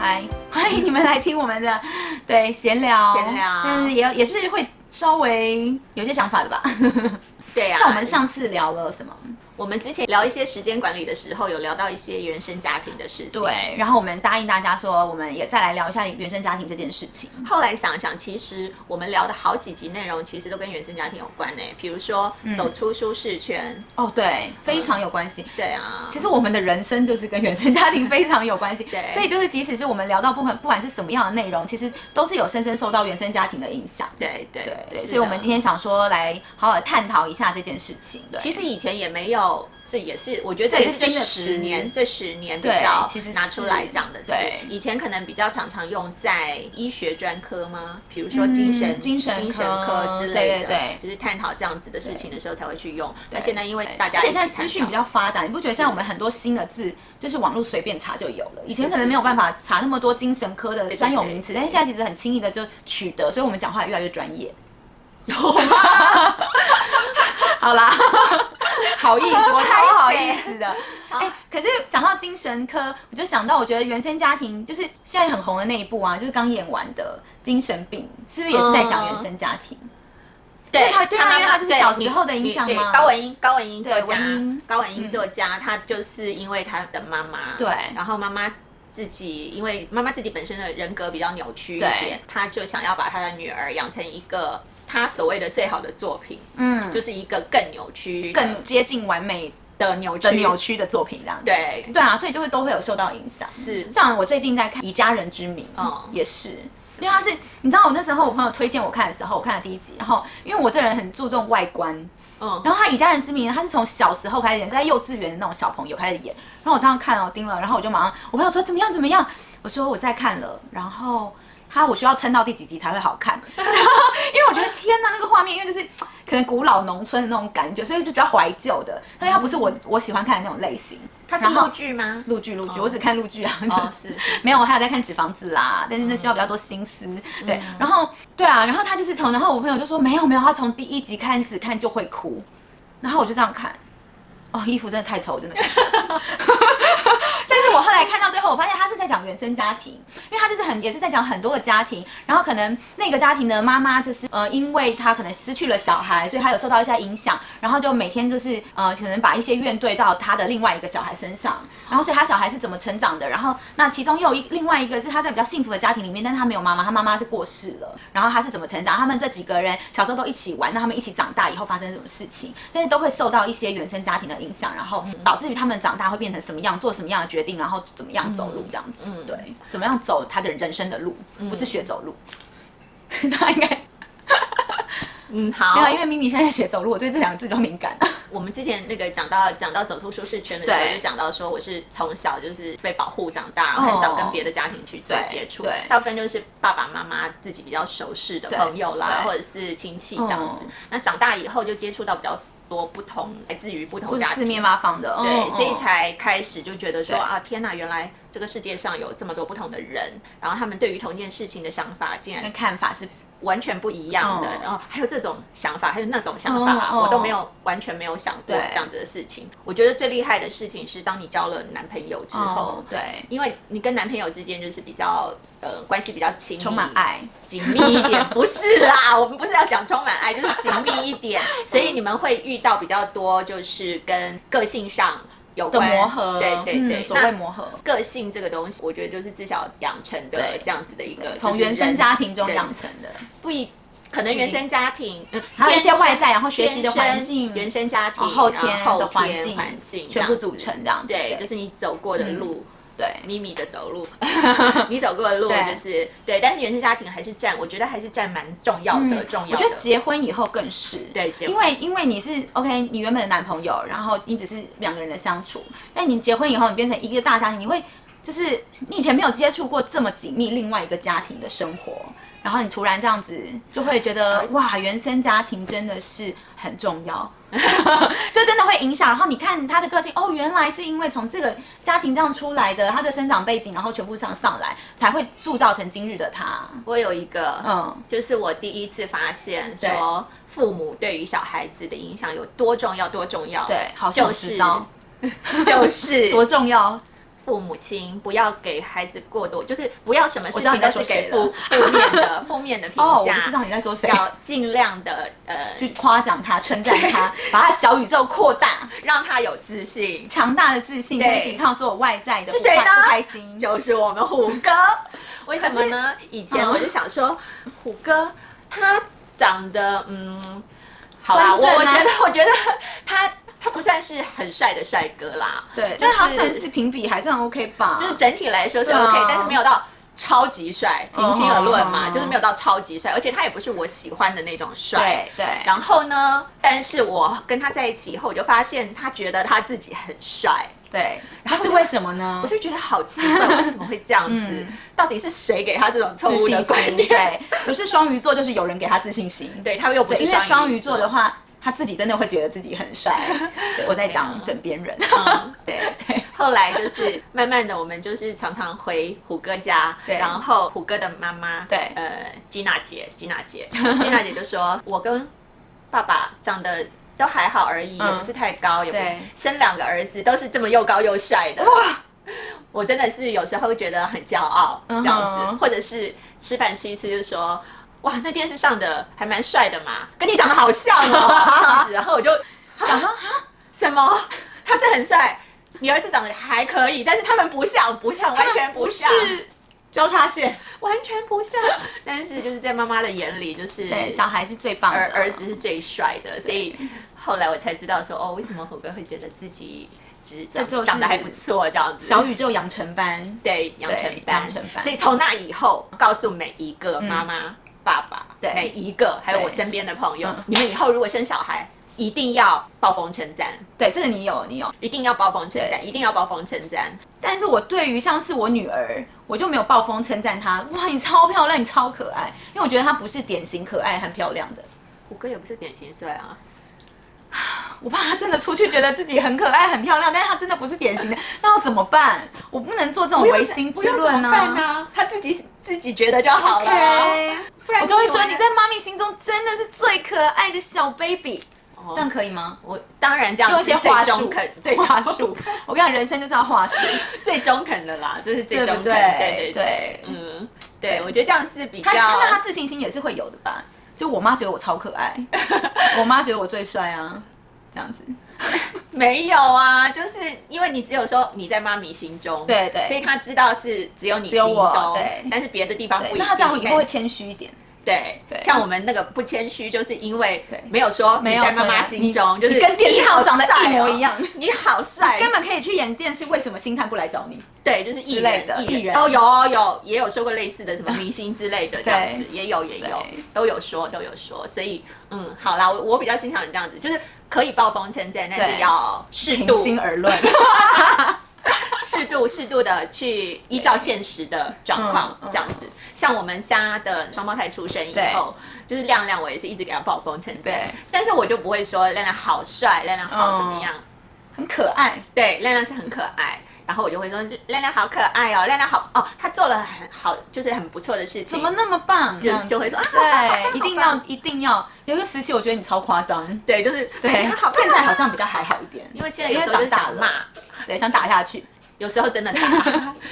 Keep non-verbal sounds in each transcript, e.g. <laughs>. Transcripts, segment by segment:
来，欢迎你们来听我们 <laughs> 的对闲聊，闲聊但是也有也是会稍微有些想法的 <laughs> 吧。对啊，像我们上次聊了什么？我们之前聊一些时间管理的时候，有聊到一些原生家庭的事情。，对，然后我们答应大家说，我们也再来聊一下原生家庭这件事情。后来想想，其实我们聊的好几集内容，其实都跟原生家庭有关呢、比如说走出舒适圈，哦，对，非常有关系。对啊，其实我们的人生就是跟原生家庭非常有 <laughs> 关系，对所以就是即使是我们聊到不管不管是什么样的内容，其实都是有深深受到原生家庭的影响。对对对对，是所以我们的今天想说来好好探讨一下这件事情。对，其实以前也没有，这也是我觉得这这也也是是这新的词十年这十年比对较其实是拿出来讲的词对。以前可能比较常常用在医学专科吗？比如说精神、嗯精神科精神科之类的，对对对就是探讨这样子的事情的时候才会去用。那对现在因为大家而且一起现在资讯探比讨较发达，你不觉得现在我们很多新的字，就是网络随便查就有了？以前可能没有办法查那么多精神科的专有名词，但是现在其实很轻易的就取得，所以我们讲话也越来越专 <laughs> 业。有吗？好啦，好意思，我超好拍谁意思的。哎、可是讲到精神科，我就想到，我觉得原生家庭就是现在很红的那一部啊，就是刚演完的《精神病》，是不是也是在嗯讲原生家庭？对他对他啊妈因为他就是对小时你候的影你响对嘛高文英，高文英作对家文英，嗯高文英作家，他就是因为他的妈妈，对然后妈妈。自己因为妈妈自己本身的人格比较扭曲一对点，他就想要把他的女儿养成一个他所谓的最好的作品，嗯，就是一个更扭曲、更接近完美的扭曲的扭曲的作品这样子。对对啊，所以就会都会有受到影响。是像我最近在看《以家人之名》，嗯也是。因为他是，你知道我那时候我朋友推荐我看的时候，我看了第一集，然后因为我这人很注重外观，嗯，然后他以家人之名，他是从小时候开始演，在幼稚园的那种小朋友开始演。然后我这样看哦，盯了，然后我就马上，我朋友说怎么样怎么样，我说我在看了，然后他我需要撑到第几集才会好看， <laughs> 因为我觉得天呐，那个画面，因为就是可能古老农村的那种感觉，所以就比较怀旧的，但是它不是我我喜欢看的那种类型。他是然后陆剧吗？陆剧陆剧，哦我只看陆剧啊。哦，是是是没有，我还有在看《纸房子》啦，但是那需要比较多心思。对，然后对啊，然后他就是从，然后我朋友就说没有没有，他从第一集开始看就会哭，然后我就这样看，哦，衣服真的太丑，我真的 <laughs> 看不下去。但是我后来看到最后，我发现他是在讲原生家庭，因为他就是很也是在讲很多的家庭，然后可能那个家庭的妈妈就是呃，因为她可能失去了小孩，所以她有受到一些影响，然后就每天就是呃，可能把一些怨对到她的另外一个小孩身上，然后所以她小孩是怎么成长的，然后那其中又有一另外一个是她在比较幸福的家庭里面，但是她没有妈妈，她妈妈是过世了，然后她是怎么成长，他们这几个人小时候都一起玩，那他们一起长大以后发生什么事情，但是都会受到一些原生家庭的影响，然后导致于他们长大会变成什么样，做什么样的决定，然后怎么样走路这样子，嗯对。怎么样走他的人生的路，不是学走 <laughs> 路。他应该嗯，没好啊有，，因为咪咪现在学走路，我对这两个字比较敏感。我们之前那个讲到讲到走出舒适圈的时候，对就讲到说我是从小就是被保护长大，然后哦很少跟别的家庭去做对接触对，大部分就是爸爸妈妈自己比较熟识的对朋友啦，对或者是亲戚这样子哦。那长大以后就接触到比较多不同，来自于不同我是家四庭。面八方 <laughs> 的，对，嗯所以嗯才开始就觉得说对啊，天哪，原来这个世界上有这么多不同的人，然后他们对于同一件事情的想法竟然跟看法是完全不一样的嗯，然后还有这种想法，还有那种想法，嗯嗯我都没有完全没有想过对这样子的事情。我觉得最厉害的事情是，当你交了男朋友之后哦，，对，因为你跟男朋友之间就是比较呃关系比较亲密，充满爱，紧密一点，不是 <laughs> 啦，我们不是要讲充满爱，就是紧密一点，嗯所以你们会遇到比较多就是跟个性上有的关磨合，对对对，嗯所谓那磨合，个性这个东西，我觉得就是自小养成的对这样子的一个，从就是原生人家庭中对养成的，不一，可能原生家庭，嗯还有一些天生外在，然后学习的环天生境，原生家庭、哦后然后天后的环天境环境全部组。这样子成这样子，对，就是你走过的路，对，咪咪的走 <laughs> 路，你走过的路对就是对，但是原生家庭还是占，我觉得还是占蛮重要的，重要嗯我的。觉得结婚以后更是，对结婚因为因为你是 OK，你原本的男朋友，然后你只是两个人的相处，但你结婚以后，你变成一个大家庭，你会就是你以前没有接触过这么紧密另外一个家庭的生活，然后你突然这样子，就会觉得哇，原生家庭真的是很重要。 <laughs> 就真的会影响，然后你看他的个性，哦，原来是因为从这个家庭这样出来的，他的生长背景，然后全部上上来，才会塑造成今日的他。我有一个，嗯，就是我第一次发现对说父母对于小孩子的影响有多重要，多重要。对好像就我是 <laughs> 知道就是多重要，父母亲不要给孩子过多，就是不要什么事我知道情你都在说是给谁负负面 <laughs> 的负面的评哦，我价，不知道你在说谁，要尽量的呃，去夸奖他、称赞他， <laughs> 把他小宇宙扩大，让他有自信。强大的自信可对以抵抗所有外在的是不谁快呢不开心。就是我们虎 <laughs> 哥，为什么呢？以前嗯我就想说，虎哥他长得嗯，好啦，端我正我啊觉得我觉得他他不算是很帅的帅哥啦，对，就但是他是算是评比还算 OK 吧，就是整体来说是对啊 OK，、但是没有到超级帅，平心而论嘛，嗯就是没有到超级帅，而且他也不是我喜欢的那种帅对。对，然后呢，但是我跟他在一起以后，我就发现他觉得他自己很帅，对，他是为什么呢我？就觉得好奇怪，为什么会这样子？嗯到底是谁给他这种错自误信的心观念？对，不是双鱼座就是有人给他自信心，对他又不对，是因为双鱼座座的，话，他自己真的会觉得自己很 <laughs> 帅。对我在讲枕边人，嗯，对。后来就是慢慢的，我们就是常常回虎哥家，对然后虎哥的妈妈，对呃，吉娜姐，吉娜姐，吉娜姐就说，我跟爸爸长得。都还好而已，嗯也不是太高，也不对生两个儿子都是这么又高又帅的，哇！我真的是有时候会觉得很骄傲，嗯哼这样子，或者是吃饭吃一次就说，哇，那电视上的还蛮帅的嘛，跟你长得好像哦， <laughs> 这样子，然后我就然后什么？ <laughs> 他是很帅，你儿子长得还可以，但是他们不像，不像，完全不像，交叉线，完全不像。但是就是在妈妈的眼里，就是对，小孩是最棒的儿儿子是最帅的，所以后来我才知道说，哦，为什么虎哥会觉得自己只长就是长得还不错这样子。小宇宙养成班，对养成班，嗯养成班所以从那以后，告诉每一个妈妈、爸爸，对每一个还有对我身边的朋友嗯，你们以后如果生小孩，一定要暴风称赞。对，这个你有，你有。一定要暴风称赞，一定要暴风称赞。但是我对于像是我女儿，我就没有暴风称赞她，哇，你超漂亮，你超可爱，因为我觉得她不是典型可爱和漂亮的，虎哥也不是典型帅啊，我怕她真的出去觉得自己很可爱很漂亮，但是她真的不是典型的， <laughs> 那要怎么办？我不能做这种我哦唯心之论啊。啊，他自己自己觉得就好了。 OK，不然我都会说怎么你在妈咪心中真的是最可爱的小 baby，这样哦可以吗？我当然这样用一是些最话中术肯、，最话话术术、。我跟你讲，人生就是要话术， <laughs> 最中肯的啦，这是最对中不肯。对对？对，嗯，对，我觉得这样是比较他他那他自信心也是会有的吧？就我妈觉得我超可 <laughs> 爱，我妈觉得我最帅啊，这样子。没有啊，就是因为你只有说你在妈咪心中，对对所以他知道是只有你只心有我中对，但是别的地方不一对，定。那他这样以对后会谦虚一点。对，对像我们那个不谦虚，就是因为对没有说你没有在妈妈说心中，你就是你跟电视好上长得帅一模哦一样你好帅，根本可以去演电视，为什么星探不来找你？对，就是艺之人类的艺艺人哦，有哦有也有说过类似的什么明星之类的这样子，对也有也有对都有说都有说，所以嗯，好啦，我我比较欣赏你这样子，就是可以暴风称赞，但是对要适平度心 <laughs> 而论，适度适度的去依照现实的状况嗯嗯这样子。像我们家的双胞胎出生以后，就是亮亮，我也是一直给他暴风称赞对，嗯但是我就不会说亮亮好帅，亮亮好怎么样。很可爱。对，亮亮是很可爱。然后我就会说亮亮好可爱哦，亮亮好哦，他做了很好，就是很不错的事情。怎么那么棒？这就样子就会说啊对，一定要一定要。有一个时期，我觉得你超夸张。对，就是对，亮哎亮好可爱现在好像比较还好一点，因为现在有时候就长是大想了骂，，对，想打下去。有时候真的 <laughs> 打，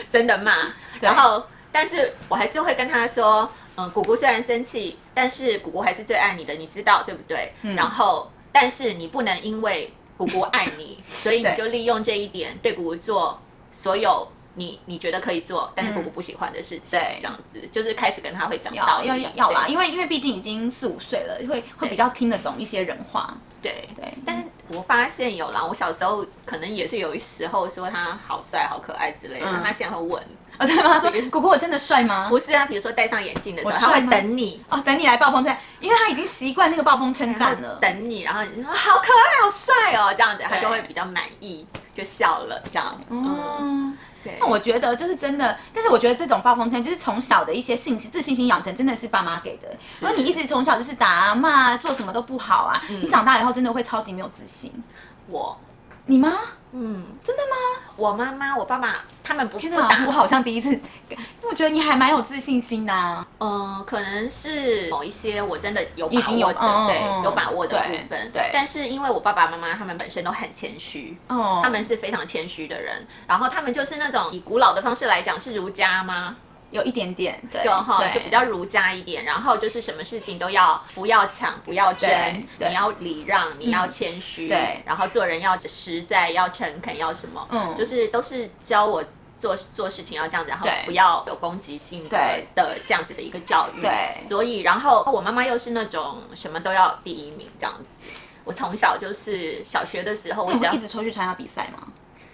真的骂。对然后，但是我还是会跟他说，嗯，姑姑虽然生气，但是姑姑还是最爱你的，你知道对不对？嗯然后，但是你不能因为姑姑爱 <laughs> 你，所以你对就利用这一点对姑姑做所有。你你觉得可以做，但是姑姑不喜欢的事情，嗯对这样子就是开始跟他会讲道要理，要要啦，对因为因为毕竟已经四五岁了，会会对比较听得懂一些人话。对对，但是我发现有啦，我小时候可能也是有时候说他好帅、好可爱之类的，嗯他现在会问， <laughs> 我真的吗？他说姑姑，我真的帅吗？不是啊，比如说戴上眼镜的时候，我他帅吗会等你，哦，等你来暴风称赞，因为他已经习惯那个暴风称赞了。等你，然后你说好可爱、好帅哦，这样子，他对就会比较满意，就笑了这样。嗯，嗯，对那。我觉得就是真的，但是我觉得这种暴风称赞就是从小的一些信心、自信心养成，真的是嗯爸妈给的。如果你一直从小就是打啊骂啊，做什么都不好啊，你长大以后真的会超级没有自信。我你吗？嗯，真的吗？我妈妈、我爸爸他们不天不哪，我打，好像第一次，因为我觉得你还蛮有自信心的、啊。嗯，可能是某一些我真的有把已经有握的，嗯嗯嗯对，有把握的对部分。对但是因为我爸爸妈妈他们本身都很谦虚，哦他们是非常谦虚的人，然后他们就是那种以古老的方式来讲是儒家吗？有一点点，对就哈对就比较儒家一点，然后就是什么事情都要不要抢，不要争对，对嗯你要礼让，你要谦虚，对然后做人要实在，要诚恳，要什么，嗯就是都是教我。做做事情要这样子，然后对不要有攻击性的对的这样子的一个教育，对所以然后我妈妈又是那种什么都要第一名这样子。我从小就是小学的时候，我那你只要 <laughs> 会一直出去参加比赛吗？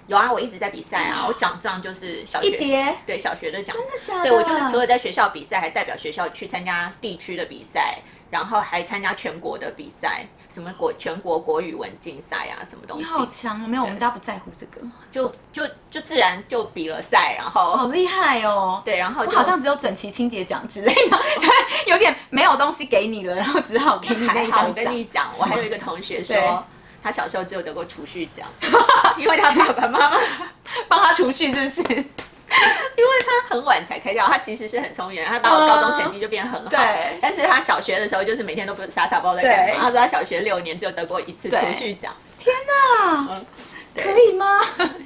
有啊，我一直在比赛啊，我奖状就是小学一叠对小学的奖，真的假的对我就是除了在学校比赛，还代表学校去参加地区的比赛，然后还参加全国的比赛，什么国全国国语文竞赛啊，什么东你好西，强哦！没有，我们家不在乎这个，就就就自然就比了赛，然好后厉害哦。对，然后我就好像只有整齐清洁奖之类 <laughs> 的，有点没有东西给你了，然后只好给你那还一好，我张跟奖你。讲，我还有一个同学说对。他小时候只有得过储蓄奖， <laughs> 因为他爸爸妈妈，帮他储蓄是不是？因为他很晚才开窍，他其实是很聪明的，他到了高中成绩就变很好，嗯对但是他小学的时候就是每天都不是傻傻包在干对嘛。他说他小学六年只有得过一次对储蓄奖，啊嗯，对可以吗？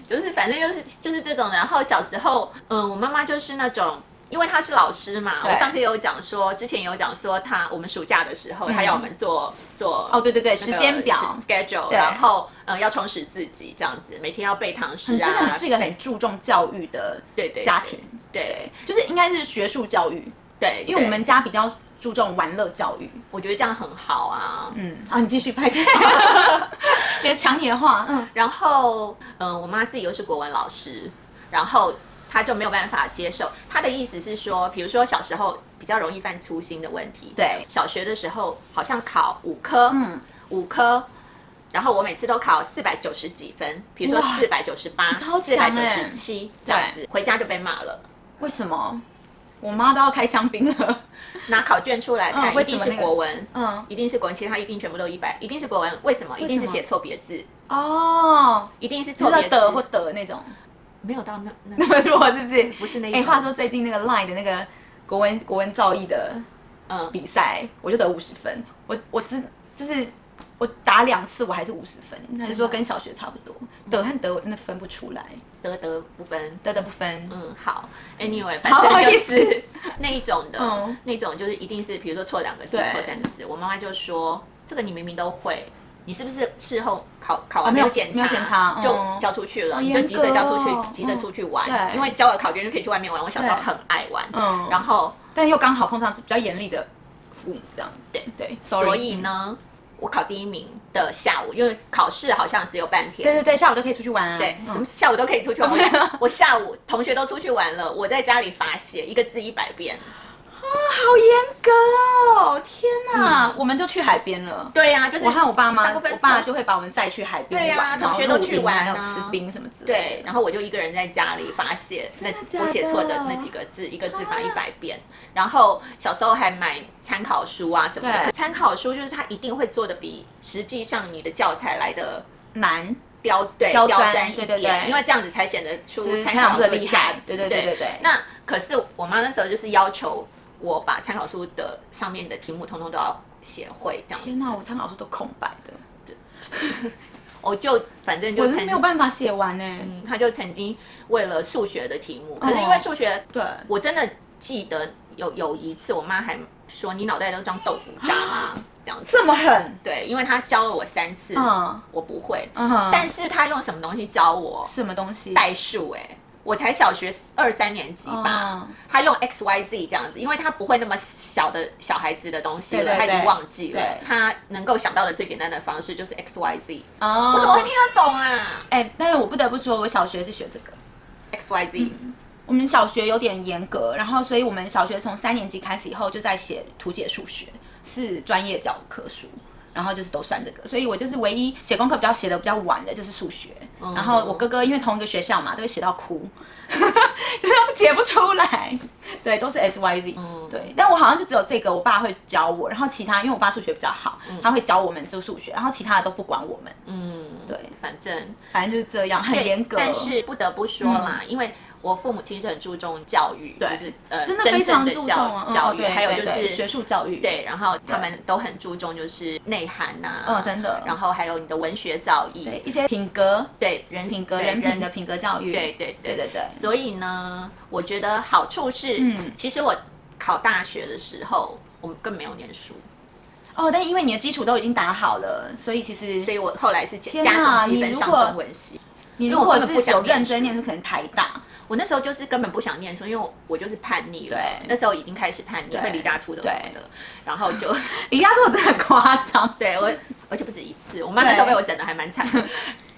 就是反正就是就是这种。然后小时候，嗯，我妈妈就是那种。因为她是老师嘛，对我上次也有讲说，之前也有讲说她，我们暑假的时候，她要我们做做嗯哦，对对对，那个时间表，时 schedule，对然后嗯要充实自己这样子，每天要背唐诗你啊，嗯真的很是一个很注重教育的对对家庭，对就是应该是学术教育，对，因为我对们家比较注重玩乐教育。我觉得这样很好啊，嗯，好，你继续拍照， <laughs> 觉得抢你的话，嗯，然后，嗯，我妈自己又是国文老师，然后她就没有办法接受。她的意思是说，比如说小时候比较容易犯粗心的问题，对小学的时候好像考五科，嗯，五科。然后我每次都考四百九十几分，比如说哇四百九十八、超四强欸百九十七这样子，回家就被骂了。为什么？我妈都要开香槟了，拿考卷出来看，嗯为一什定么是那个国文，嗯，一定是国文，其他一定全部都一百，一定是国文。为什么？一定是为什么写错别字，哦，一定是就错别是字的或得那种，没有到那那 <laughs> 那么 <laughs> 弱是不是？不是那一哎、种话说最近那个 Line 的那个国文国文造诣的嗯比赛，我就得五十分，我我只就是我打两次我还是五十分，他就说跟小学差不嗯多，得和得我真的分不出来，得得不分，得得不分，嗯，好，anyway，好反正不好就意思是 <laughs> 那一种的，嗯那种就是一定是，比如说错两个字，对错三个字，我妈妈就说这个你明明都会。你是不是事后考考完哦没没有有检查，没有检查嗯就交出去了？好你就急着交出严格去，哦急着出去玩，嗯对因为交了考卷就可以去外面玩。我小时候对很爱玩，嗯然后但又刚好碰上比较严厉的父母这样，对对，sorry，所以呢，我考第一名的下午，因为考试好像只有半天，对对对，下午就可以出去玩啊，对，嗯什么下午都可以出去玩。 <laughs> 我我下午同学都出去玩了，我在家里罚写一个字一百遍。好严格哦！天哪，我们就去海边了。嗯对呀、就是我和我爸妈，大部分我爸就会把我们载去海边对啊玩，然后同学都露营去玩啊还有吃冰什么之类对，的。然后我就一个人在家里罚写那真的假的啊我写错的那几个字，一个字罚一百遍。然后小时候还买参考书啊什么的，对参考书就是它一定会做的比实际上你的教材来的难，刁对刁刁钻钻一点，对对对因为这样子才显得就出是参参考考书书的的厉害价值对对对对对那可是我妈那时候就是要求我把参考书的上面的题目通通都要写会这样天子，哪，我参考书都空白的，我就反正就我是曾没有办法写完欸呢、嗯，他就曾经为了数学的题哦目，可是因为数学，对，我真的记得有有一次，我妈还说你脑袋都装豆腐渣啊，这样子。这么狠，对，因为她教了我三次，嗯我不会，嗯哼，但是她用什么东西教我什么东西？代数、哎，我才小学二三年级吧，嗯她用 x y z 这样子，因为她不会那么小的小孩子的东西了，对对她已经对忘记了对，她能够想到的最简单的方式就是 x y z，哦我怎么会听得懂啊哎、但是我不得不说，我小学是学这个。 ？x y z，、我们小学有点严格，然后所以我们小学从三年级开始以后就在写图解数学，是专业教科书，然后就是都算这个，所以我就是唯一写功课比较写的比较晚的就是数学，嗯然后我哥哥因为同一个学 <laughs> 校嘛，都会写到哭，就是他们解不出来，对，都是 S Y Z，、嗯对，但我好像就只有这个，我爸会教我，然后其他因为我爸数学比较好，他会教我们就数学，然后其他的都不管我们。嗯，对，反正反正就是这样，很对严格。嗯但是不得不说啦，因为我父母亲是很注重教育，对就是呃真的非真正常的注重教啊教育，嗯对还有就对对是。学术教育。对，然后他们都很注重就是内涵呐、嗯真的然后还有你的文学造诣，对，一些品格、对人品格、对人品的品格教育。对对对对对对所以呢，我觉得好处是，嗯其实我考大学的时候，我们更没有念书，哦，但因为你的基础都已经打好了，所以其实所以我后来是加天哪加重基本你如上果中文系。你因如为我果根本不是有想念认真书念，就可能台大。我那时候就是根本不想念书，因为我我就是叛逆了对，那时候已经开始叛逆，对会离家出走什么的对，然后 <laughs> 就，李佳说我真的很夸张对我，而且不止一次，我妈那对时候被我整的还蛮惨 <laughs> 的。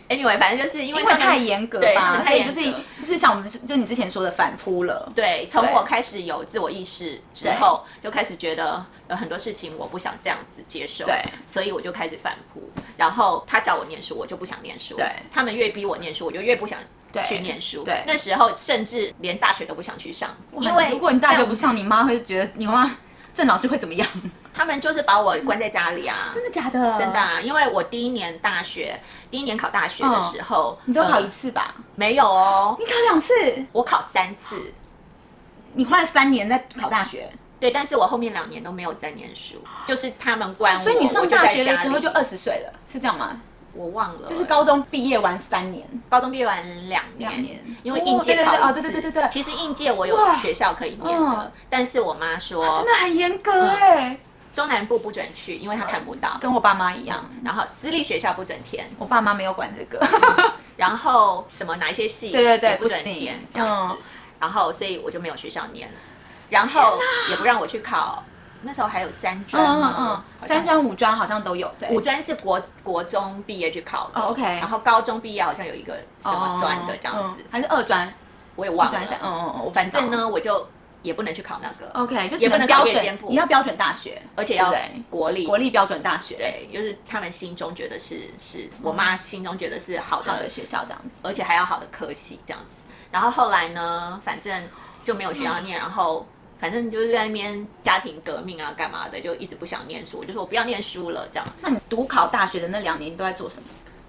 Anyway，反正就是因为因为他们太严格对他吧们，太所以严就格是就是像我们就你之前说的反扑了。对，从对我开始有自我意识之后，就开始觉得有很多事情我不想这样子接受，对所以我就开始反扑。然后他叫我念书，我就不想念书，对他们越逼我念书，我就越不想。去念书，对那时候甚至连大学都不想去上，哦因为如果你大在学我不上，你妈会觉得你妈郑老师会怎么样？ <laughs> 他们就是把我关在家里啊，真的假的？真的、啊，因为我第一年大学，第一年考大学的时候，哦你只有考一呃次吧？没有哦，你考两次，我考三次，你花了三年在考大学，对，但是我后面两年都没有在念书，就是他们关我，所以你上大学的时我候就就在家里二十岁了，是这样吗？我忘了，就是高中毕业完三年，高中毕业完两年，两年因为应届哦对对对考一哦次对对对对对其实应届我有哇学校可以念的嗯，啊但是我妈说真的很严格哎、中南部不准去，因为她看不到，跟我爸妈一样，然后私立学校不准填，我爸妈没有管这个。然后什么哪一些系对对对也不准不行嗯填这样子，然后所以我就没有学校念了，然后也不让我去考，那时候还有三专嗯吗嗯好嗯，像三专五 <laughs> 专好像都有，对，五专是国国中毕业去考的、哎哦，OK 然后高中毕业好像有一个什么专的这样子，嗯还是二专、我也忘五专了。三，嗯嗯嗯，我不知道哦反正。呢，我就也不能去考那个 OK，就只也不能能标考夜间准，部，你要标准大学，而且要对不对国立国立标准大学，对，就是他们心中觉得是是我妈心中觉得是好好的的，学校这样子。而且还要好的科系这样子。然后后来呢，反正就没有学校嗯念，然后。反正就是在那边家庭革命啊，干嘛的，就一直不想念书。我就说我不要念书了，这样那你读考大学的那两年，你都在做什么？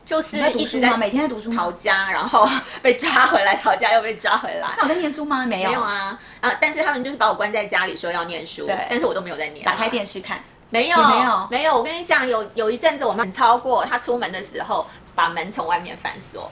就是你在一读直书在吗？每天在读书逃吗？家，然后 <laughs> 被抓回来，逃家又被抓回来。那我在念书吗？没有，没有。啊，啊！但是他们就是把我关在家里，说要念书，对但是我都没有在念啊。打开电视看，没有，也没有没有。我跟你讲，有有一阵子我妈很超过，她出门的时候把门从外面反锁。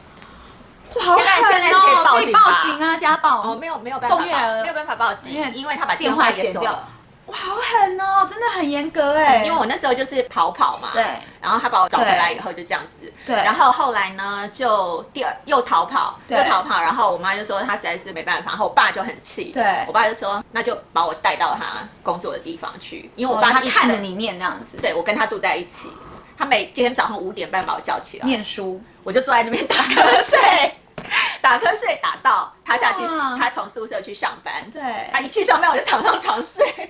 哇现在现在是可以报警吧哦报警啊，家暴哦，没有没有办法受虐报，儿没有办法报警，因为因为她把电电话话也剪锁掉了。，哇，好狠哦，真的很严格哎。因为我那时候就是逃跑嘛，对然后她把我找回来以后就这样子，对然后后来呢，就第二又逃跑，对又逃跑，然后我妈就说她实在是没办法，然后我爸就很气，对我爸就说那就把我带到他工作的地方去，因为我我爸哦他一直看着跟，你念那样子，对我跟他住在一起，他每天早上五点半把我叫起来，念书，我就坐在那边打瞌睡， <laughs> 打瞌睡打到他下去哇，他从宿舍去上班，嗯对他一去上班我就躺上床睡，哎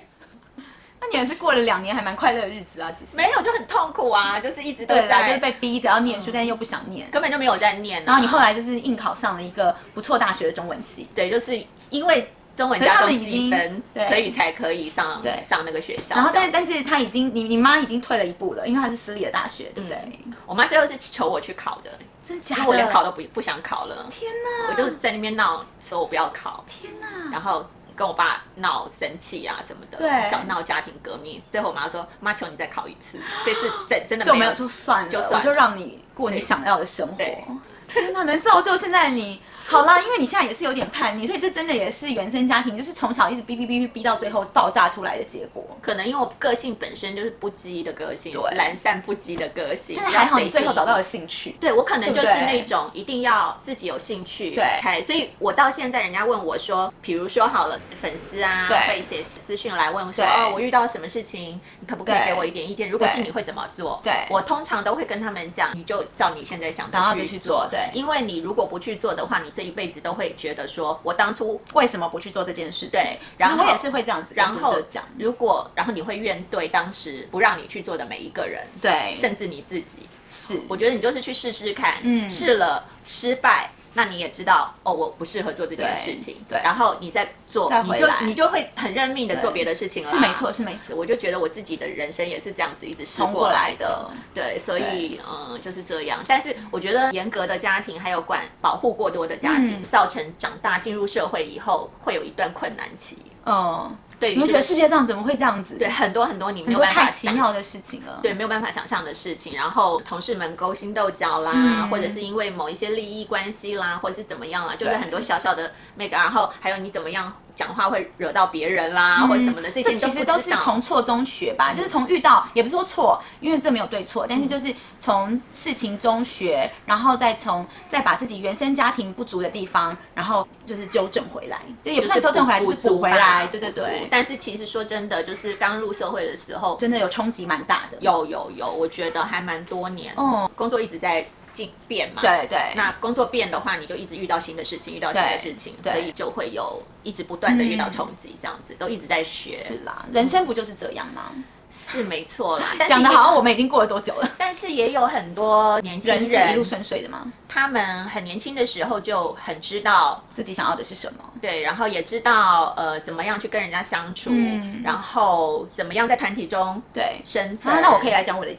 <laughs> 那你也是过了两年还蛮快乐的日子啊，其实。没有就很痛苦啊，就是一直都对啦，就在是被逼着要念嗯书，但又不想念。根本就没有在念、啊，然后你后来就是硬考上了一个不错大学的中文系，对，就是因为中文可是加他重们已积经分，对所以才可以上对上那个学校。然后这样但但是他已经你你妈已经退了一步了，因为她是私立的大学，对不对？我妈最后是求我去考的，真嗯因假为的？我连考都不不想考了，天哪！我就在那边闹，说我不要考，天哪！然后跟我爸闹生气啊什么的，对找闹家庭革命。最后我妈说：“妈，求你再考一次， <laughs> 这次真真的就没没有就算了，就算了我就让你过你想要的生活对。天哪，能造就现在你。好啦，因为你现在也是有点叛逆，所以这真的也是原生家庭，就是从小一直逼逼逼逼逼到最后爆炸出来的结果。可能因为我个性本身就是不羁的个性，对懒散不羁的个性，但是还好你比较随性最后找到了兴趣。对我可能就是对不对那种一定要自己有兴趣对开，所以我到现在人家问我说，比如说好了，粉丝啊对会写私讯来问我说，对哦，我遇到什么事情，你可不可以对给我一点意见？如果是对你会怎么做？对我通常都会跟他们讲，你就照你现在想想要的的去做对因为你如果不去做的话，你这一辈子都会觉得说我当初。为什么不去做这件事情？对然然后后我也是会这样子跟然读后者讲，，如果然后你会怨对当时不让你去做的每一个人，对，甚至你自己。是我觉得你就是去试试看，嗯试了失败，那你也知道哦，我不适合做这件事情，对对然后你再做，再你回就来你就会很认命的做别的事情了，是没错，。是没错。我就觉得我自己的人生也是这样子一直试冲过过来来的的，对，所以嗯就是这样。但是我觉得严格的家庭还有管保护过多的家庭，嗯造成长大进入社会以后会有一段困难期。嗯，对，你会觉得世界上怎么会这样子？对，很多很多你没很有多办法太奇想妙的事情了。对，没有办法想象的事情，然后同事们勾心斗角啦，嗯或者是因为某一些利益关系啦，或者是怎么样啦，就是对很多小小的那个，然后还有你怎么样讲话会惹到别人啦，或者什么的，这些嗯这你其不实知都是道从错中学吧，就是从遇到，也不是说错，因为这没有对错，但是就是从事情中学，然后再从再把自己原生家庭不足的地方，然后就是纠正回来，就也不算就纠正回来，补就是补足回吧来，对对补足对，但是其实说真的，就是刚入社会的时候，真的有冲击蛮大的。有有有，我觉得还蛮多年，哦工作一直在进变嘛，对对，那工作变的话，你就一直遇到新的事情，遇到新的对事情，对嗯所以就会有一直不断的遇到冲击，这样子、都一直在学，是啦，人生不就是这样吗？是没错啦。但是 <laughs> 讲的 <laughs> 也好像我们已经过了多久了？但是也有很多年轻人生一人，路顺遂的吗？他们很年轻的时候就很知道自己想要的是什么？对，然后也知道呃怎么样去跟人家相处，嗯然后怎么样在团体中对，生存。啊，那我可以来讲我的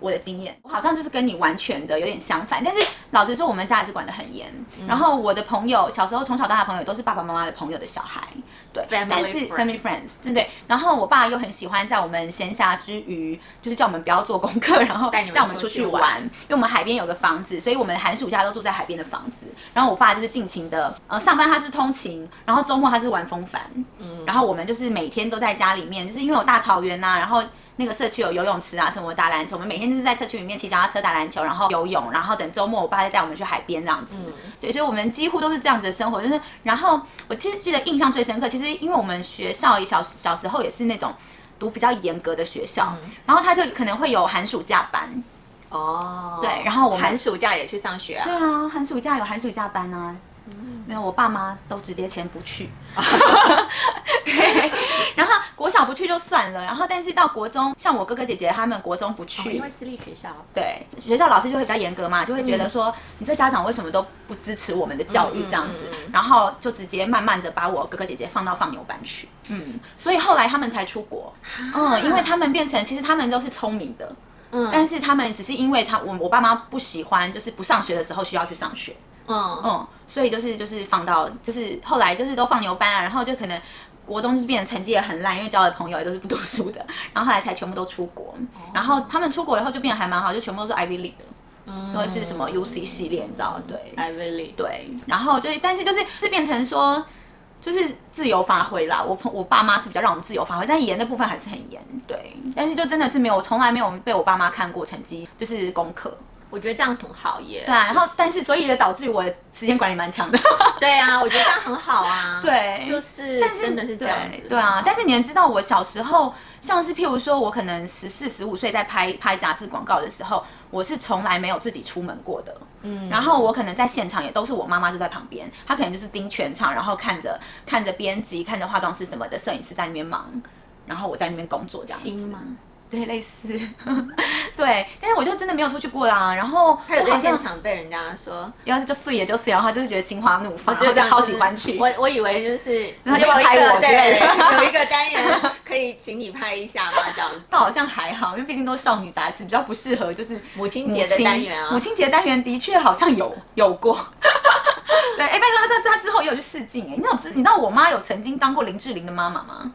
我的经验，我好像就是跟你完全的有点相反。但是老实说，我们家也是管得很严。然后我的朋友小时候从小到大的朋友都是爸爸妈妈的朋友的小孩，对 Family 但是 friends family friends，对不对？然后我爸又很喜欢在我们闲暇之余，就是叫我们不要做功课，然后带你们我们出出去去玩玩，因为我们海边有个房子，所以我们寒暑假都住在海边的房子。然后我爸就是尽情的，呃，上班他是通勤，然后周末他是玩风帆，嗯，然后我们就是每天都在家里面，就是因为有大草原呐、啊然后。那个社区有游泳池啊，什么打篮球，我们每天就是在社区里面骑脚踏车打篮球，然后游泳，然后等周末我爸再带我们去海边这样嗯子。对，所以我们几乎都是这样子的生活。就是，然后我其实记得印象最深刻，其实因为我们学校小小时候也是那种读比较严格的学校，嗯然后他就可能会有寒暑假班，哦，对然后我们寒暑假也去上学啊嗯对，啊，寒暑假有寒暑假班啊。没有，我爸妈都直接钱不 <laughs> 去。对，然后国小不去就算了，然后但是到国中，像我哥哥姐姐他们国中不哦去，因为私立学校。对学校老师就会比较严格嘛，就会觉得说、你这家长为什么都不支持我们的教育嗯嗯嗯这样子，嗯然后就直接慢慢的把我哥哥姐姐放到放牛班去。嗯，所以后来他们才出国。嗯，因为他们变成其实他们都是聪明的，啊嗯但是他们只是因为他我我爸妈不喜欢，就是不上学的时候需要去上学。嗯，嗯，所以就是就是放到就是后来就是都放牛班啊，然后就可能国中就是变成成绩也很烂，因为交的朋友也都是不读书的，然后后来才全部都出国，哦然后他们出国以后就变得还蛮好，就全部都是 Ivy League 嗯的，或者是什么 UC 系列，你知道对艾薇莉，对，然后就是但是就是是变成说。就是自由发挥啦，我朋我爸妈是比较让我们自由发挥，但严的部分还是很严，对。但是就真的是没有，从来没有被我爸妈看过成绩，就是功课，我觉得这样很好耶。对啊。然后但是所以也导致于我的时间管理蛮强的，对啊，我觉得这样很好啊。对就是，但是真的是这样对子。对啊，但是你能知道，我小时候，像是譬如说，我可能十四、十五岁在拍拍杂志广告的时候，我是从来没有自己出门过的。嗯，然后我可能在现场也都是我妈妈就在旁边，她可能就是盯全场，然后看着看着编辑、看着化妆师什么的，摄影师在那边忙，然后我在那边工作这样亲子。吗？对，类似， <laughs> 对，但是我就真的没有出去过啦。然后他有我在好像现，场被人家说，然后就碎也就碎，然后就是觉得心花怒放，我觉然得后就超哦这样喜欢去。我我以为就是然后就要拍我之 <laughs> 有一类的个对有一个单元可以请你拍一下吗？这样子这。好像还好，因为毕竟都是少女杂志，比较不适合就是 <laughs> 母亲母节的亲单元啊，母亲节单元的确好像有 <laughs> 有过。对，哎、拜托他他之后也有去试镜哎，你知道我知你知道我妈有曾经当过林志玲的妈妈吗？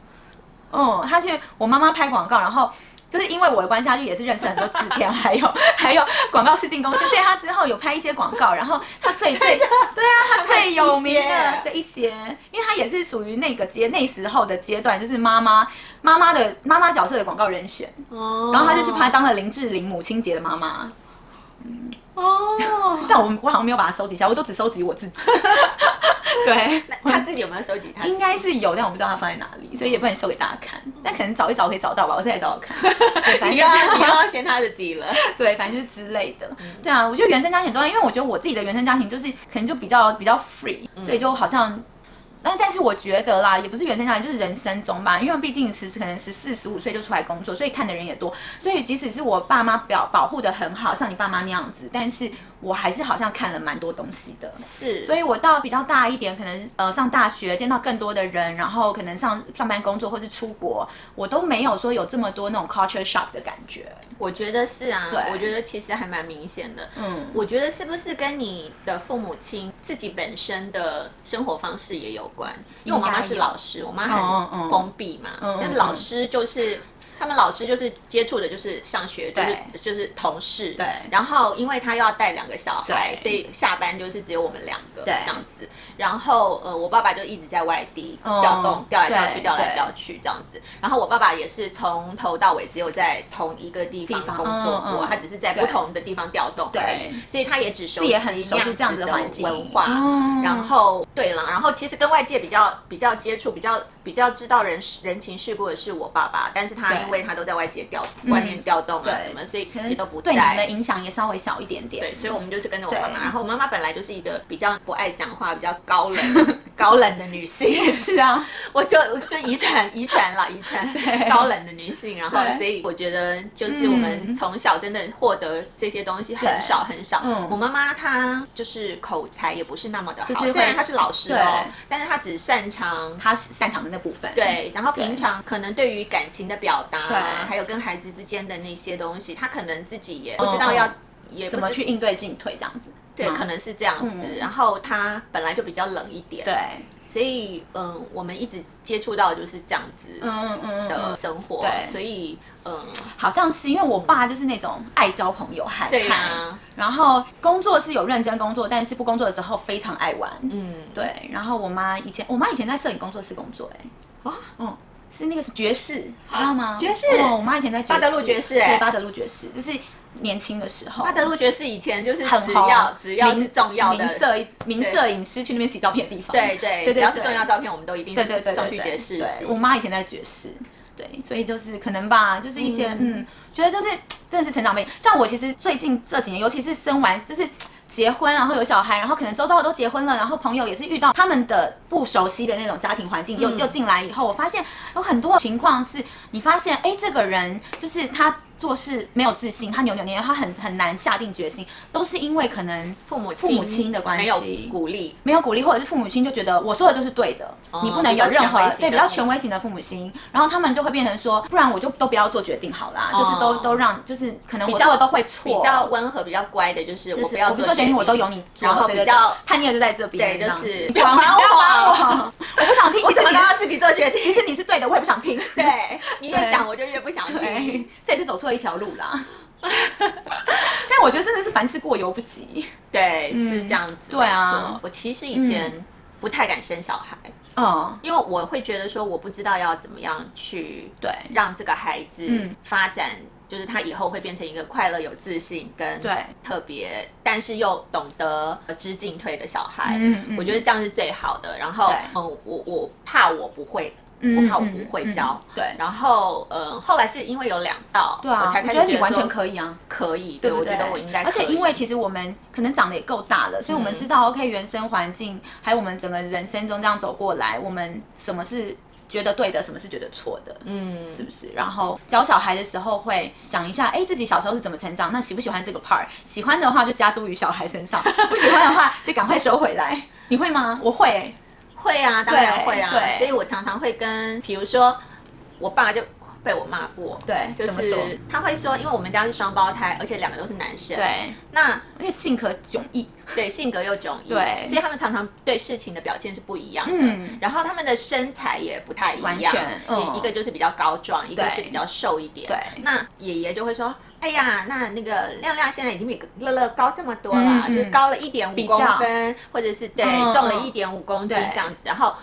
嗯，她去我妈妈拍广告，然后就是因为我的关系，她就也是认识很多制片，还有 <laughs> 还有广告试镜 <laughs> 公司，所以她之后有拍一些广告，然后她最最对啊，她最有名她的拍的一些，因为她也是属于那个阶那时候的阶段，就是妈妈妈妈的妈妈角色的广告人选，哦然后她就去拍当了林志玲母亲节的妈妈， <laughs> 哦。但我我好像没有把它收集下来，我都只收集我自 <laughs> 己。对，他自己有没有收集他？应该是有，但我不知道它放在哪里，所以也不能秀给大家看。但可能找一找可以找到吧，我再来找找看。 <laughs> 对反正你就又是要你又要掀他的底了。对，反正就是之类的。对啊，我觉得原生家庭很重要，因为我觉得我自己的原生家庭就是可能就比较比较 free，所以就好像但但是我觉得啦，也不是原生家庭，就是人生中吧，因为毕竟其实可能十四、十五岁就出来工作，所以看的人也多，所以即使是我爸妈表保护的很好，像你爸妈那样子，但是我还是好像看了蛮多东西的。是，所以我到比较大一点，可能呃上大学见到更多的人，然后可能上上班工作或是出国，我都没有说有这么多那种 culture shock 的感觉。我觉得是啊对，我觉得其实还蛮明显的。嗯，我觉得是不是跟你的父母亲自己本身的生活方式也有关？因为我妈妈是老师，我妈嗯嗯很嗯封闭嘛，嗯嗯但老师就是。他们老师就是接触的，就是上学，就是就是同事，对然后因为他要带两个小孩，对所以下班就是只有我们两个对这样子。然后呃，我爸爸就一直在外地嗯调动，调来调去，对调来对调去这样子。然后我爸爸也是从头到尾只有在同一个地方地方工作嗯过，嗯他只是在对不同的地方调动而已对。所以他也只熟自悉己也很熟悉这样子的那环境文化，哦然后对了，然后其实跟外界比较比较接触，比较比较知道人人情世故的是我爸爸，但是他对因为他都在外界调外面调动啊对什么，所以可能也都不对你们的在。影响也稍微小一点点。对，所以 <laughs> 我们就是跟着我妈对妈。然后我妈妈本来就是一个比较不爱讲话、比较高 <laughs> 冷、高冷的女性，是啊，我就我就遗传 <laughs> 遗传了，遗传高冷的女性，然后对所以我觉得就是我们嗯从小真的获得这些东西很少很少。嗯我妈妈她就是口才也不是那么的就好，是会虽然她是老师哦对，但是她只擅长。他擅长的那部分。，对，然后平常可能对于感情的表达对啊，还有跟孩子之间的那些东西，她可能自己也不知嗯道要，嗯也不怎知么去应对进退这样子？对，嗯可能是这样子。嗯然后她本来就比较冷一点，对，所以嗯，我们一直接触到的就是这样子。嗯嗯嗯的嗯，生活，对所以嗯，好像是因为我爸就是那种爱交朋友害对呀、啊怕，然后工作是有认真工作，但是不工作的时候非常爱玩。嗯，对，然后我妈以前，我妈以前在摄影工作室工作、哎，啊嗯，是那个是爵士，你知道吗？爵士哦，我妈以前在巴德路爵士哎对，巴德路爵士，就是年轻的时候，巴德路爵士以前就是很只红要只要是名重要的名，摄名摄影师去那边洗照片的地方，对对对，只要是重对要照片，我们都一定对是对对，送对去对爵士对室。我妈以前在爵士，对，所以就是可能吧，就是一些嗯觉得就是真的是成长背景。像我其实最近这几年，尤其是生完就是。结婚，然后有小孩，然后可能周遭的都结婚了，然后朋友也是遇到他们的不熟悉的那种家庭环境，又嗯又进来以后，我发现有很多情况是，你发现哎，这个人就是他做事没有自信，他扭扭捏捏，他很很难下定决心，都是因为可能父母父母亲的关系没有鼓励，没有鼓励，或者是父母亲就觉得我说的就是对的，哦你不能有任何对比较权威型的父母亲，然后他们就会变成说，不然我就都不要做决定好啦，哦就是都都让就是可能比我较做的都会错，比较温和、比较乖的，就是我就是不要我不做决定我都由你做，然后对比对对较叛逆的就在这边，对，就这样是子不要管不要我， <laughs> 管我，我不想听，我即使什么你都要自己做决定。即使你是对的，我也不 <laughs> 想听，对，你越对讲我就越不想听对。，这也是走错一条路啦。 <laughs> 但我觉得真的是凡事过犹不及，对，是这样子。嗯对啊没错，我其实以前不太敢生小孩，嗯，因为我会觉得说，我不知道要怎么样去对让这个孩子嗯发展，就是他以后会变成一个快乐、有自信跟对特别，但是又懂得呃知进退的小孩。嗯嗯我觉得这样是最好的。然后对，嗯，我我怕我不会，嗯我怕我不会教。嗯嗯对然后，嗯，后来是因为有两道，对啊，我才开我始觉得你完说全可以啊。可以，对对，不我对？觉得我应该可而以。嗯且因为其实我们可能长得也够大了，所以我们知道、OK 原生环境，还有我们整个人生中这样走过来，我们什么是觉得对的，什么是觉得错的。嗯，是不是？然后教小孩的时候会想一下，哎，自己小时候是怎么成长？那喜不喜欢这个 part？喜欢的话就加诸于小孩 <laughs> 身上，不喜欢的话就赶快收回来。你会吗？我会、欸。会啊，当然会啊。对所以我常常会跟，比如说我爸就被我骂过，对就怎么说是他会说，因为我们家是双胞胎，而且两个都是男生，，对，那而且性格迥异。对性格又迥异，对所以他们常常对事情的表现是不一样的。嗯然后他们的身材也不太一完样全，嗯一一个就是比较高壮，一个对是比较瘦一点。对那爷爷就会说。哎呀，那那个亮亮现在已经比乐乐高这么多啦，嗯嗯就是高了一点五比公较分，或者是对、嗯重了嗯一点五公斤对这样子。然后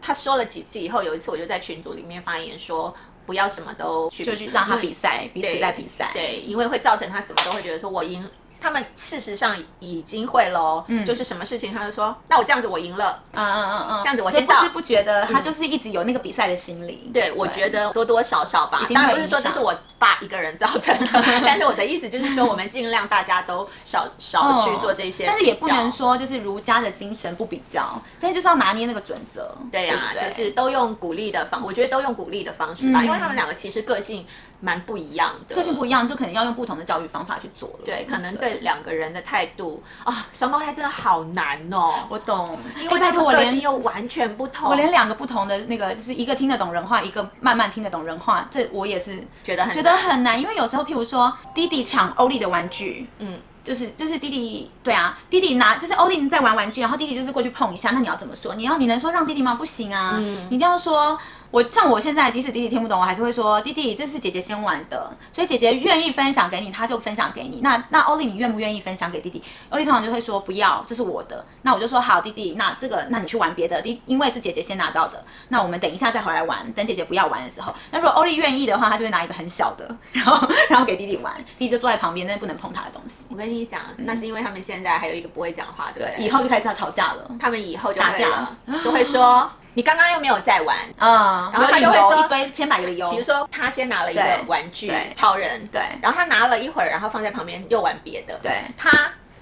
他说了几次以后，有一次我就在群组里面发言说，不要什么都去就去让他因为比赛，彼对此在比赛。对，因为会造成他什么都会觉得说我赢，他们事实上已经会喽，就是什么事情他就说，那我这样子我赢了。嗯嗯嗯嗯，这样子我就先不到知不觉的，他就是一直有那个比赛的心理。对，我觉得多多少少吧，定当然会不是说影这响是我爸一个人造成 <laughs> 的，但是我的意思就是说，我们尽量大家都少少哦去做这些比较， <laughs> 但是也不能说就是儒家的精神不比较，但是就是要拿捏那个准则。对呀、不对就是都用鼓励的方，我觉得都用鼓励的方式吧，嗯因为他们两个其实个性蛮不一样的，个性不一样，就可能要用不同的教育方法去做了。对，可能对两个人的态度啊，双胞胎真的好难哦，我懂，因因为拜他托们我个性连又完全不同，我连两个不同的那个，就是一个听得懂人话，一个慢慢听得懂人话，这我也是觉得很觉得很难，因为有时候譬如说弟弟抢欧丽的玩具，嗯，就是就是弟弟对啊，弟弟拿就是欧弟在玩玩具，然后弟弟就是过去碰一下，那你要怎么说？你要你能说让弟弟吗？不行啊，嗯你一定要说。我像我现在，即使弟弟听不懂，我还是会说弟弟，这是姐姐先玩的，所以姐姐愿意分享给你，她就分享给你。那那欧丽，你愿不愿意分享给弟弟？欧丽通常就会说不要，这是我的。那我就说好，弟弟，那这个那你去玩别的，弟，因为是姐姐先拿到的，那我们等一下再回来玩，等姐姐不要玩的时候。那如果欧丽愿意的话，她就会拿一个很小的，然后然后给弟弟玩，弟弟就坐在旁边，但是不能碰她的东西。我跟你讲，嗯那是因为他们现在还有一个不会讲话的人，以后就开始要吵架了。他们以后就打会架了，就会说 <laughs> 你刚刚又没有在玩，嗯，然后他就会说一堆千百个理由，比如说他先拿了一个对玩具哦对超人，对然后他拿了一会儿，然后放在旁边又玩别的，对他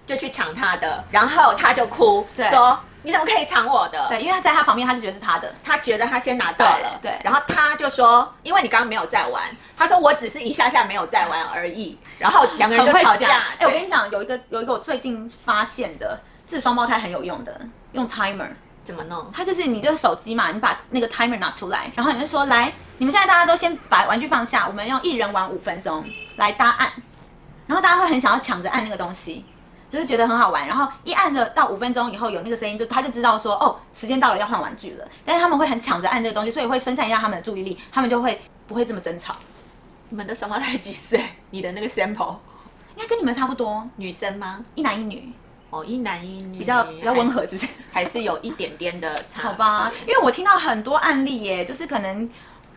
就去抢他的，然后他就哭对说你怎么可以抢我的？对，因为他在他旁边，他就觉得是他的。他觉得他先拿到了，对对然后他就说，因为你刚刚没有在玩，他说我只是一下下没有在玩而已，然后两个人就吵架，哎、我跟你你讲，有一个有一个我最近发现的治双胞胎很有用的，用 timer。怎么弄？它就是你就是手机嘛，你把那个 timer 拿出来，然后你就说来，你们现在大家都先把玩具放下，我们用一人玩五分钟来搭按，然后大家会很想要抢着按那个东西，就是觉得很好玩。然后一按的到五分钟以后有那个声音，就他就知道说哦时间到了要换玩具了，但是他们会很抢着按这个东西，所以会分散一下他们的注意力，他们就会不会这么争吵。你们的双胞胎几岁？你的那个 sample 应该跟你们差不多，女生吗？一男一女，哦，一男一女，比较比较温和，是不是？嗯还，还是有一点点的差，好吧，因为我听到很多案例耶，就是可能。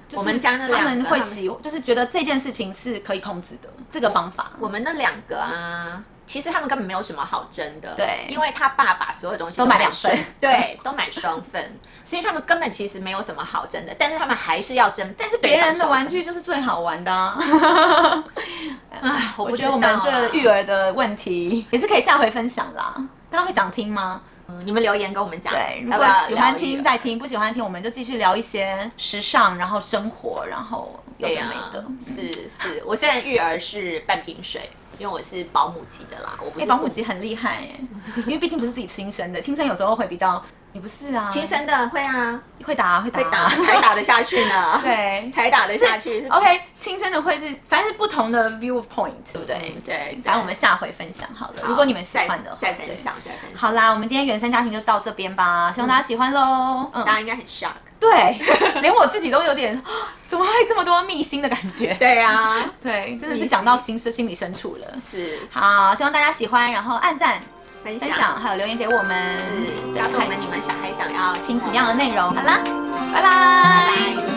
就是我们家那两个他们会他们喜，就是觉得这件事情是可以控制的这个方法。我们那两个啊，其实他们根本没有什么好争的，对因为他爸把所有东西都买两双 <laughs> 份，对，都买双份，所以他们根本其实没有什么好争的，但是他们还是要争，但是别人的玩具就是最好玩的、啊。啊，我我不知觉道得啊我们这个育，儿的问题也是可以下回分享啦。大家会想听吗？嗯你们留言跟我们讲，对，如要果不要喜欢聊一听聊再听，不喜欢听我们就继续聊一些时尚，然后生活，然后有对的哎呀没的。嗯是是，我现在育儿是半瓶水，因为我是保姆级的啦，我不哎、是保姆父级很厉害耶，因为毕竟不是自己亲生的，亲生有时候会比较，也不是啊，母亲生的会啊，会打、啊、会打、 <laughs> 会打才打得下去呢，， <laughs> 对，才打得下去是 OK，亲生的会是，反正是不同的 view point，对不对？对，反正我们下回分享好了，如果你们喜再欢的话嗯再分。享对再分享。好啦，我们今天原生家庭就到这边吧，希望大家喜欢喽。嗯，大家应该很 shock。对， <laughs> 连我自己都有点，怎么会这么多秘辛的感觉？对 <laughs> 啊，对，真的秘是辛讲到心深心理深处了。是好，希望大家喜欢，然后按赞、分分享，享，还有留言给我们，是啊对告诉我还们你们想还想要听什么样的内容。好啦，拜拜拜拜